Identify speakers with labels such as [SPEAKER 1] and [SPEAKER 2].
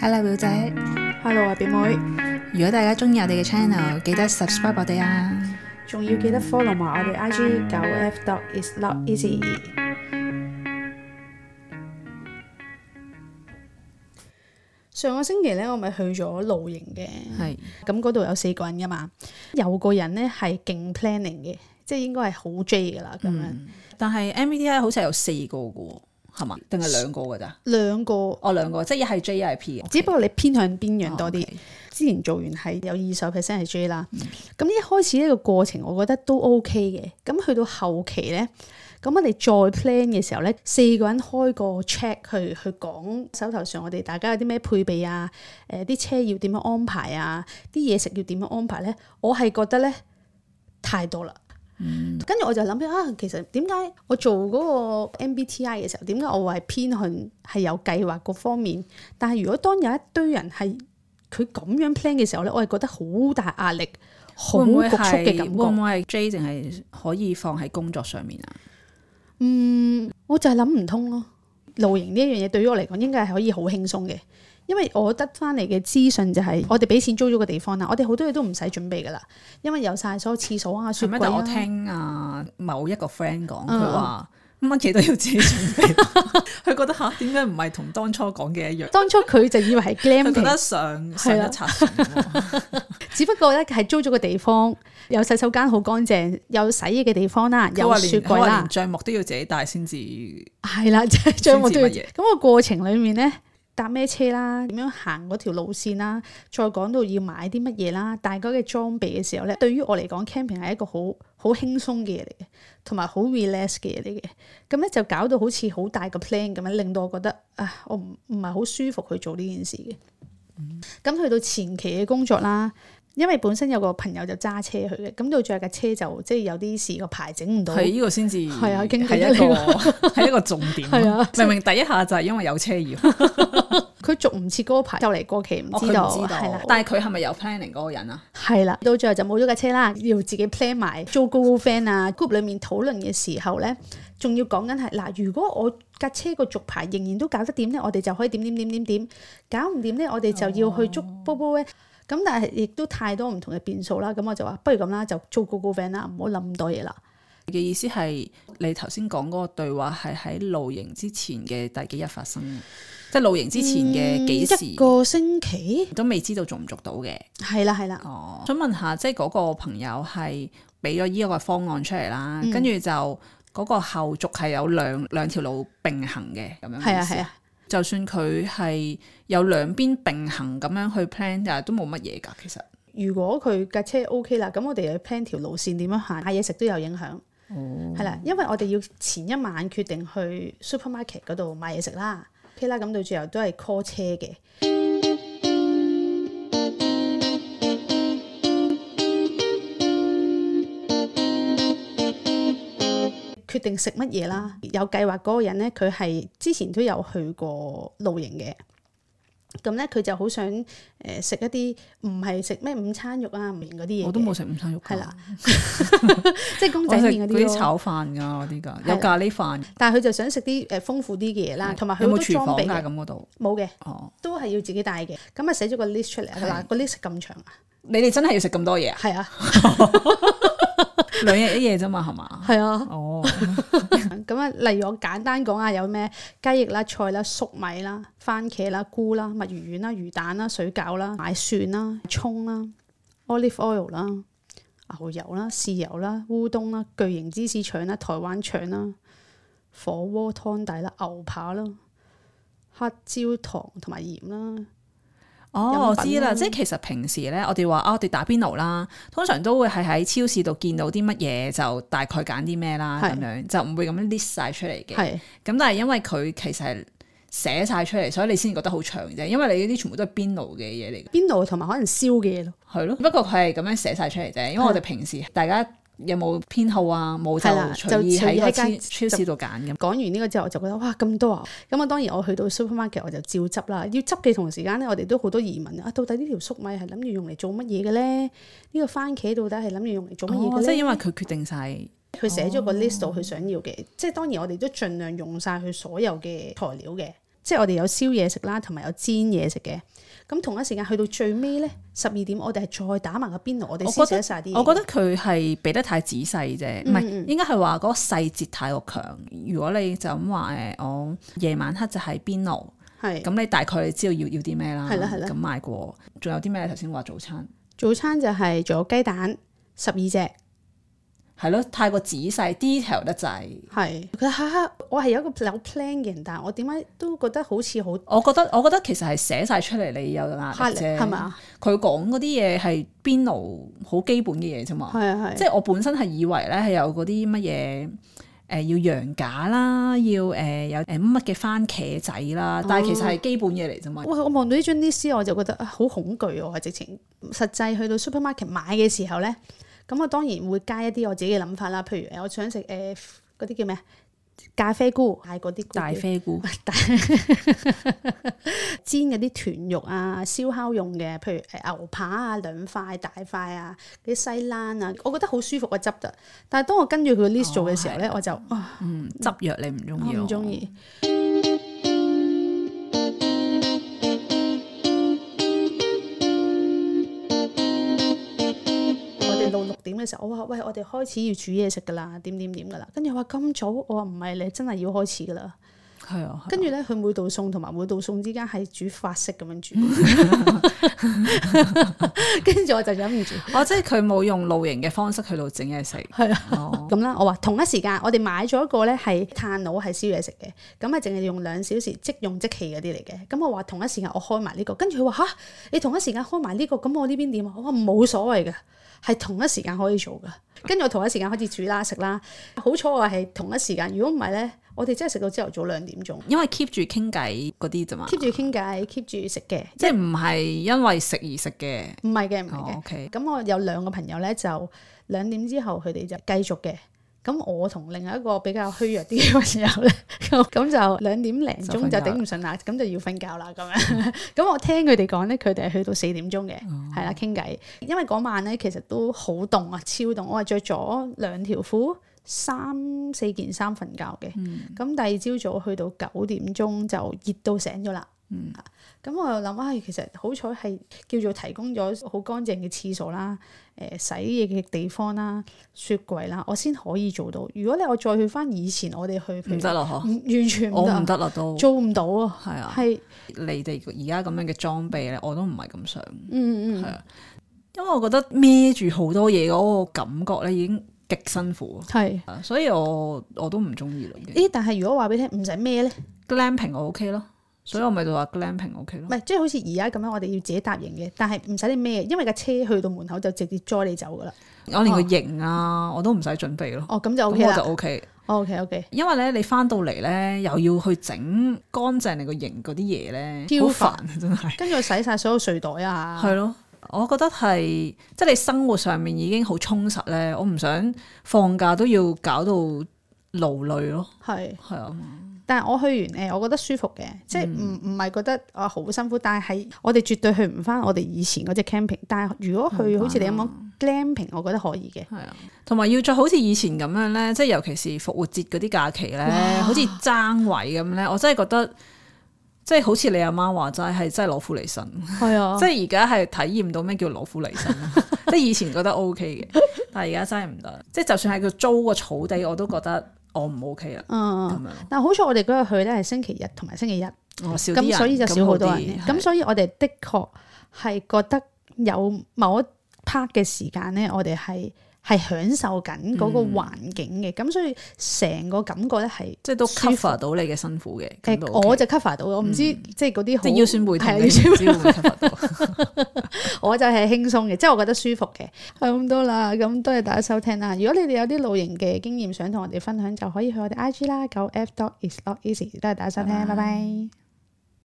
[SPEAKER 1] Hello 表姐，
[SPEAKER 2] Hello 啊，表妹，
[SPEAKER 1] 如果大家中意我哋嘅 channel，記得 subscribe 我哋啊！
[SPEAKER 2] 仲要記得 follow 埋我哋 IG 九 F dot is not easy。上個星期咧，我咪去咗露營嘅，
[SPEAKER 1] 係
[SPEAKER 2] 咁嗰度有四個人噶嘛，有個人咧係勁 planning 嘅，即係應該係好 J 噶啦咁樣，
[SPEAKER 1] 但係 MBTI 好似係有四個嘅喎，係嘛？定係兩個㗎咋？
[SPEAKER 2] 兩個，
[SPEAKER 1] 哦，兩個，即係一係 J 一係 P。
[SPEAKER 2] 只不過你偏向邊樣多啲。
[SPEAKER 1] 哦，OK 嗯
[SPEAKER 2] 之前做完係有二十 percent 係 J 啦，咁一開始呢個過程我覺得都 OK 嘅，咁去到後期咧，咁我哋再 plan 嘅時候咧，四個人開個 check 去去講手頭上我哋大家有啲咩配備啊，誒、啲車要點樣安排啊，啲嘢食要點樣安排咧，我係覺得咧太多啦。
[SPEAKER 1] 嗯
[SPEAKER 2] 跟住我就諗起啊，其實點解我做嗰個 MBTI 嘅時候，點解我係偏向係有計劃嗰方面？但係如果當有一堆人係佢咁樣 plan 嘅時候咧，我係覺得好大壓力，好
[SPEAKER 1] 會唔
[SPEAKER 2] 局
[SPEAKER 1] 會
[SPEAKER 2] 促嘅
[SPEAKER 1] 係
[SPEAKER 2] 感
[SPEAKER 1] 會
[SPEAKER 2] 覺。
[SPEAKER 1] 唔會係 J 淨係可以放喺工作上面啊？
[SPEAKER 2] 我就係諗唔通咯。露營呢一樣嘢對於我嚟講應該係可以好輕鬆嘅，因為我得翻嚟嘅資訊就係我哋俾錢租咗個地方啦，我哋好多嘢都唔使準備噶啦，因為有晒所有廁所啊、雪
[SPEAKER 1] 係咩？
[SPEAKER 2] 櫃
[SPEAKER 1] 但我
[SPEAKER 2] 啊。
[SPEAKER 1] 聽啊某一個 friend 講，
[SPEAKER 2] 嗯
[SPEAKER 1] 佢話乜嘢都要自己準備， 佢覺得吓點解唔係同當初講嘅一樣？
[SPEAKER 2] 當初佢就以 為係
[SPEAKER 1] 佢
[SPEAKER 2] glamping
[SPEAKER 1] 覺得上上
[SPEAKER 2] 係
[SPEAKER 1] 一
[SPEAKER 2] 啊
[SPEAKER 1] 層 喎，
[SPEAKER 2] 只不過咧係租咗個地方，有洗手間好乾淨，有洗嘢嘅地方啦，
[SPEAKER 1] 佢
[SPEAKER 2] 有
[SPEAKER 1] 話
[SPEAKER 2] 雪
[SPEAKER 1] 連佢
[SPEAKER 2] 櫃
[SPEAKER 1] 話
[SPEAKER 2] 啦
[SPEAKER 1] 連，帳幕都要自己帶先至。
[SPEAKER 2] 係啦，即係將我都要。
[SPEAKER 1] 先至乜嘢
[SPEAKER 2] 咁個過程裡面咧，搭咩車啦，點樣行嗰條路線啦，再講到要買啲乜嘢啦，大家嘅裝備嘅時候咧，對於我嚟講，camping 係一個好好輕鬆嘅嘢嚟嘅，同埋好 relax 嘅嘢嚟嘅。咁咧就搞到好似好大個 plan 咁樣，令到我覺得啊，我唔唔係好舒服去做呢件事嘅。咁去到前期嘅工作啦，因為本身有個朋友就揸車去嘅，咁到最後架車就即係有啲事個牌整唔到，
[SPEAKER 1] 係呢個先至
[SPEAKER 2] 係啊經典
[SPEAKER 1] 係一個係一個重點。
[SPEAKER 2] 係啊
[SPEAKER 1] 明明第一下就係因為有車要，
[SPEAKER 2] 佢續唔切嗰個牌就嚟過期，唔
[SPEAKER 1] 哦我佢
[SPEAKER 2] 知道
[SPEAKER 1] 唔知
[SPEAKER 2] 係
[SPEAKER 1] 道
[SPEAKER 2] 啦。。
[SPEAKER 1] 但係佢係咪有 planning 嗰個人啊？
[SPEAKER 2] 係啦，到最後就冇咗架車啦，要自己 plan
[SPEAKER 1] 嗯
[SPEAKER 2] 埋租 Google Fan 啊，group 裡面討論嘅時候咧，仲要講緊係嗱，如果我架車個續牌仍然都搞得掂咧，我哋就可以點點點點點，搞唔掂咧，我哋就
[SPEAKER 1] 哦
[SPEAKER 2] 要去捉波波咧。咁但係亦都太多唔同嘅變數啦，咁我就話不如咁啦，就租 Google Fan 啦，唔好諗咁多嘢啦。
[SPEAKER 1] 嘅意思係你頭先講嗰個對話係喺露營之前嘅第幾日發生嘅，即係露營之前嘅幾
[SPEAKER 2] 嗯一
[SPEAKER 1] 時
[SPEAKER 2] 個星期？
[SPEAKER 1] 都未知道做唔做到嘅。
[SPEAKER 2] 係啦係啦，
[SPEAKER 1] 哦，想問下，即係嗰個朋友係俾咗呢一個方案出嚟啦，
[SPEAKER 2] 嗯
[SPEAKER 1] 跟住、就嗰個後續係有兩兩條路並行嘅咁樣。
[SPEAKER 2] 係啊係啊。
[SPEAKER 1] 就算佢係有兩邊並行咁樣去 plan，但係都冇乜嘢㗎。其實，
[SPEAKER 2] 如果佢架車 OK 啦，咁我哋又要 plan 條路線點樣行，買嘢食都有影響。係
[SPEAKER 1] 嗯
[SPEAKER 2] 啦、因為我哋要前一晚決定去 supermarket 嗰度買嘢食啦。OK 啦，咁到最後都係 call 車嘅。決定食乜嘢啦，有計劃嗰個人咧，佢係之前都有去過露營嘅。咁咧，佢就好想誒食、一啲唔係食咩午餐肉啊、麵嗰啲嘢嘅。
[SPEAKER 1] 我都冇食午餐肉㗎。
[SPEAKER 2] 係啦， 即係公
[SPEAKER 1] 我
[SPEAKER 2] 仔
[SPEAKER 1] 食
[SPEAKER 2] 麵
[SPEAKER 1] 嗰
[SPEAKER 2] 嗰啲
[SPEAKER 1] 啲
[SPEAKER 2] 咯。
[SPEAKER 1] 炒飯㗎，嗰啲㗎，
[SPEAKER 2] 啦
[SPEAKER 1] 有咖喱飯，嗯
[SPEAKER 2] 但係佢就想食啲誒豐富啲嘅嘢啦，同埋佢
[SPEAKER 1] 有
[SPEAKER 2] 好
[SPEAKER 1] 冇
[SPEAKER 2] 多
[SPEAKER 1] 廚
[SPEAKER 2] 裝
[SPEAKER 1] 房
[SPEAKER 2] 備啊
[SPEAKER 1] 㗎？
[SPEAKER 2] 嘅
[SPEAKER 1] 咁嗰度
[SPEAKER 2] 冇嘅，
[SPEAKER 1] 哦，
[SPEAKER 2] 都係要自己帶嘅。咁啊寫咗個 list 出嚟啊，嗱個 list 咁長啊，
[SPEAKER 1] 你哋真係要食咁多 嘢啊？
[SPEAKER 2] 係啊，
[SPEAKER 1] 兩日一夜啫嘛，係嘛？
[SPEAKER 2] 係啊。
[SPEAKER 1] 哦，
[SPEAKER 2] 咁啊，例如我簡單講啊下有咩雞翼啦、菜啦、粟米啦、番茄啦、菇啦、墨魚丸啦、魚蛋啦、水餃啦、買蒜啦、葱啦、olive oil 啦、牛油啦、豉油啦、烏冬啦、巨型芝士腸啦、台灣腸啦、火鍋湯底啦、牛扒啦、黑椒糖同埋鹽啦，
[SPEAKER 1] 哦，我
[SPEAKER 2] 飲品
[SPEAKER 1] 知啦，
[SPEAKER 2] 啦
[SPEAKER 1] 即係其實平時咧，我哋話啊，我哋打邊爐啦，通常都會係喺超市度見到啲乜嘢就大概揀啲咩啦，
[SPEAKER 2] 係
[SPEAKER 1] 咁樣就唔會咁樣 list 晒出嚟嘅。
[SPEAKER 2] 係
[SPEAKER 1] 咁但係因為佢其實係寫晒出嚟，所以你先覺得好長啫。因為你呢啲全部都係邊爐嘅嘢嚟，嘅，
[SPEAKER 2] 邊爐同埋可能燒嘅嘢咯。
[SPEAKER 1] 係咯。不過佢係咁樣寫晒出嚟啫。因為我哋平時大家有冇偏好啊，冇就
[SPEAKER 2] 係啦
[SPEAKER 1] 隨意
[SPEAKER 2] 就隨
[SPEAKER 1] 喺
[SPEAKER 2] 意
[SPEAKER 1] 個
[SPEAKER 2] 喺
[SPEAKER 1] 超
[SPEAKER 2] 間
[SPEAKER 1] 超市度揀咁。
[SPEAKER 2] 講完呢個之後，我就覺得哇咁多啊！咁我當然我去到 supermarket 我就照執啦。要執嘅同時間咧，我哋都好多疑問啊！到底呢條粟米係諗住用嚟做乜嘢嘅咧？呢、個番茄到底係諗住用嚟做乜嘢
[SPEAKER 1] 哦
[SPEAKER 2] 嘅
[SPEAKER 1] 即係哦
[SPEAKER 2] 咧？
[SPEAKER 1] 因為佢決定晒，
[SPEAKER 2] 佢寫咗個 list 度佢想要嘅，即係當然我哋都盡量用晒佢所有嘅材料嘅。即係我哋有燒嘢食啦，同埋有煎嘢食嘅。咁同一時間去到最尾咧，十二點我哋係再打埋個邊爐，我哋
[SPEAKER 1] 我覺
[SPEAKER 2] 先食
[SPEAKER 1] 得
[SPEAKER 2] 得晒啲嘢。嗯
[SPEAKER 1] 我覺得佢係俾得太仔細啫，唔係、應該係話嗰個細節太過強。如果你就咁話誒，我夜晚黑就喺邊爐，
[SPEAKER 2] 係
[SPEAKER 1] 咁你大概你知道要要啲咩啦，
[SPEAKER 2] 係啦係啦
[SPEAKER 1] 咁買過，仲有啲咩？頭先話早餐
[SPEAKER 2] 早餐就係仲有雞蛋十二隻。
[SPEAKER 1] 係咯，太過仔細 detail 得滯。
[SPEAKER 2] 係佢下下我係有一個有 plan 嘅人，但係我點解都覺得好似好
[SPEAKER 1] 我覺得我覺得其實係寫晒出嚟，你有壓
[SPEAKER 2] 壓
[SPEAKER 1] 力
[SPEAKER 2] 力
[SPEAKER 1] 啫，
[SPEAKER 2] 係咪？啊？
[SPEAKER 1] 佢講嗰啲嘢係邊爐好基本嘅嘢啫嘛。
[SPEAKER 2] 係啊係，
[SPEAKER 1] 即係我本身係以為咧係有嗰啲乜嘢誒要羊架啦，要誒、呃有誒乜乜嘅番茄仔
[SPEAKER 2] 哦
[SPEAKER 1] 啦，但係其實係基本嘢嚟啫嘛。
[SPEAKER 2] 哇！我望到呢張 list 我就覺得啊好恐懼喎，我係直情實際去到 supermarket 買嘅時候咧，咁我當然會加一啲我自己嘅諗法啦，譬如誒我想食誒嗰啲叫咩啊咖啡菇，嗌嗰啲菇
[SPEAKER 1] 大
[SPEAKER 2] 叫
[SPEAKER 1] 啡 菇
[SPEAKER 2] 煎嗰啲豚肉啊、燒烤用嘅，譬如誒牛扒啊、兩塊大塊啊、啲西冷啊，我覺得好舒服啊執得。但係當我跟住佢嘅 list 做嘅時候咧，我就啊
[SPEAKER 1] 執藥你唔中意，
[SPEAKER 2] 哦我唔中。意。我哋到六點嘅時候，我話喂，我哋開始要煮嘢食噶啦，點點點噶啦。跟住我話咁早，我話唔係你真係要開始噶啦。
[SPEAKER 1] 係啊，
[SPEAKER 2] 跟住咧，佢每道餸同埋每道餸之間係煮法式咁 樣煮，跟住我就忍唔住。
[SPEAKER 1] 哦，即係佢冇用露營嘅方式去到整嘢食。
[SPEAKER 2] 係啊，
[SPEAKER 1] 哦，
[SPEAKER 2] 咁啦，我話同一時間，我哋買咗一個咧係炭爐係燒嘢食嘅，咁啊淨係用兩小時即用即棄嗰啲嚟嘅。咁我話同一時間我開埋呢、個，跟住佢話吓，你同一時間開埋呢、個，咁我呢邊點啊？我話冇所謂嘅，係同一時間可以做噶。跟住我同一時間開始煮啦食啦，好彩我係同一時間，如果唔係咧，我哋真係食到朝頭早兩點鐘
[SPEAKER 1] 因為 keep 住傾偈嗰啲啫嘛，
[SPEAKER 2] ，keep 住傾偈，keep 住食嘅，
[SPEAKER 1] 即係唔係因為食而食嘅。
[SPEAKER 2] 唔係嘅唔係
[SPEAKER 1] 哦
[SPEAKER 2] 嘅。
[SPEAKER 1] ，OK，
[SPEAKER 2] 咁我有兩個朋友咧，就兩點之後佢哋就繼續嘅。咁我同另外一個比較虛弱啲嘅朋友咧，咁咁就兩點零
[SPEAKER 1] 就
[SPEAKER 2] 鐘
[SPEAKER 1] 瞓覺
[SPEAKER 2] 就
[SPEAKER 1] 啦
[SPEAKER 2] 頂唔順啦，咁就要瞓覺啦咁樣。 咁我聽佢哋講咧，佢哋係去到四點鐘嘅，
[SPEAKER 1] 哦
[SPEAKER 2] 係啦傾偈。因為嗰晚咧其實都好凍啊，超凍。我係着咗兩條褲、三四件衫瞓覺嘅。咁、第二朝早去到九點鐘就熱到醒咗啦。
[SPEAKER 1] 嗯
[SPEAKER 2] 啊咁我又諗，唉、其實好彩係叫做提供咗好乾淨嘅廁所啦，誒、洗嘢嘅地方啦、雪櫃啦，我先可以做到。如果你我再去翻以前我哋去，譬如
[SPEAKER 1] 唔得啦，嗬，
[SPEAKER 2] 嗯唔完全唔
[SPEAKER 1] 我
[SPEAKER 2] 得
[SPEAKER 1] 唔
[SPEAKER 2] 啊，
[SPEAKER 1] 得啦都。
[SPEAKER 2] 做唔到啊，
[SPEAKER 1] 係啊，
[SPEAKER 2] 係
[SPEAKER 1] 你哋而家咁樣嘅裝備咧，我都唔係咁想。
[SPEAKER 2] 嗯嗯嗯，
[SPEAKER 1] 因為我覺得孭住好多嘢嗰個感覺咧，已經極辛苦
[SPEAKER 2] 係
[SPEAKER 1] 啊，所以我我都唔中意啦。已經
[SPEAKER 2] 咦？但係如果話俾你聽唔使咩咧，
[SPEAKER 1] glamping 我 OK 咯，所以我咪就話 glamping OK
[SPEAKER 2] 唔
[SPEAKER 1] 咯。
[SPEAKER 2] 係即係好似而家咁樣，我哋要自己搭營嘅，但係唔使你咩，因為架車去到門口就直接載你走噶啦。
[SPEAKER 1] 我連個型啊，我都唔使準備咯，
[SPEAKER 2] 哦哦，咁就
[SPEAKER 1] 咁
[SPEAKER 2] OK
[SPEAKER 1] 我就
[SPEAKER 2] 啦
[SPEAKER 1] OK。
[SPEAKER 2] ，OK OK，
[SPEAKER 1] 因為咧，你翻到嚟咧，又要去整乾淨你個型嗰啲嘢咧，
[SPEAKER 2] 挑
[SPEAKER 1] 好
[SPEAKER 2] 飯
[SPEAKER 1] 煩啊真係。
[SPEAKER 2] 跟住我洗晒所有睡袋啊，
[SPEAKER 1] 係咯，我覺得係即係你生活上面已經好充實咧，我唔想放假都要搞到勞累咯。
[SPEAKER 2] 係。
[SPEAKER 1] 係啊，
[SPEAKER 2] 但係我去完誒，我覺得舒服嘅，即係唔
[SPEAKER 1] 嗯
[SPEAKER 2] 唔係覺得啊好辛苦，但係我哋絕對去唔翻我哋以前嗰只 camping。但係如果去好似你咁
[SPEAKER 1] 啊
[SPEAKER 2] 講 glamping，我覺得可以嘅。
[SPEAKER 1] 係啊，同埋要再好似以前咁樣咧，即係尤其是復活節嗰啲假期咧，好似爭位咁咧，我真係覺得。即係好似你阿媽話齋，係真係攞苦嚟辛。
[SPEAKER 2] 係啊
[SPEAKER 1] 即係而家係體驗到咩叫攞苦嚟辛 咯。即係以前覺得 O K 嘅，但係而家真係唔得。即係就算係佢租個草地，我都覺得我唔啊 O K 啦。咁
[SPEAKER 2] 嗯，
[SPEAKER 1] 樣
[SPEAKER 2] 但係好彩我哋嗰日去咧係星期日同埋星期日，
[SPEAKER 1] 咯，我少啲人，
[SPEAKER 2] 咁所以就少好多人
[SPEAKER 1] 咁
[SPEAKER 2] 嘅。
[SPEAKER 1] 好啲
[SPEAKER 2] 咁所以我哋的確係覺得有某一 part 嘅時間咧，我哋係係享受緊嗰
[SPEAKER 1] 嗯
[SPEAKER 2] 個環境嘅。咁、所以成個感覺咧係
[SPEAKER 1] 即係都
[SPEAKER 2] 舒服
[SPEAKER 1] cover 到你嘅辛苦嘅。咁
[SPEAKER 2] 誒
[SPEAKER 1] 都，
[SPEAKER 2] 我
[SPEAKER 1] OK 嗯
[SPEAKER 2] 就 cover 到，我唔知即係嗰啲好
[SPEAKER 1] 即係腰酸背痛，
[SPEAKER 2] 係啊
[SPEAKER 1] 你
[SPEAKER 2] 腰
[SPEAKER 1] 唔
[SPEAKER 2] 酸
[SPEAKER 1] 知會唔會 cover 到。
[SPEAKER 2] 我就係輕鬆嘅，即係我覺得舒服嘅，係咁多啦。咁多謝大家收聽啦。如果你哋有啲露營嘅經驗想同我哋分享，就可以去我哋 I G 啦，九 F dot is not easy。多謝大家收聽，拜拜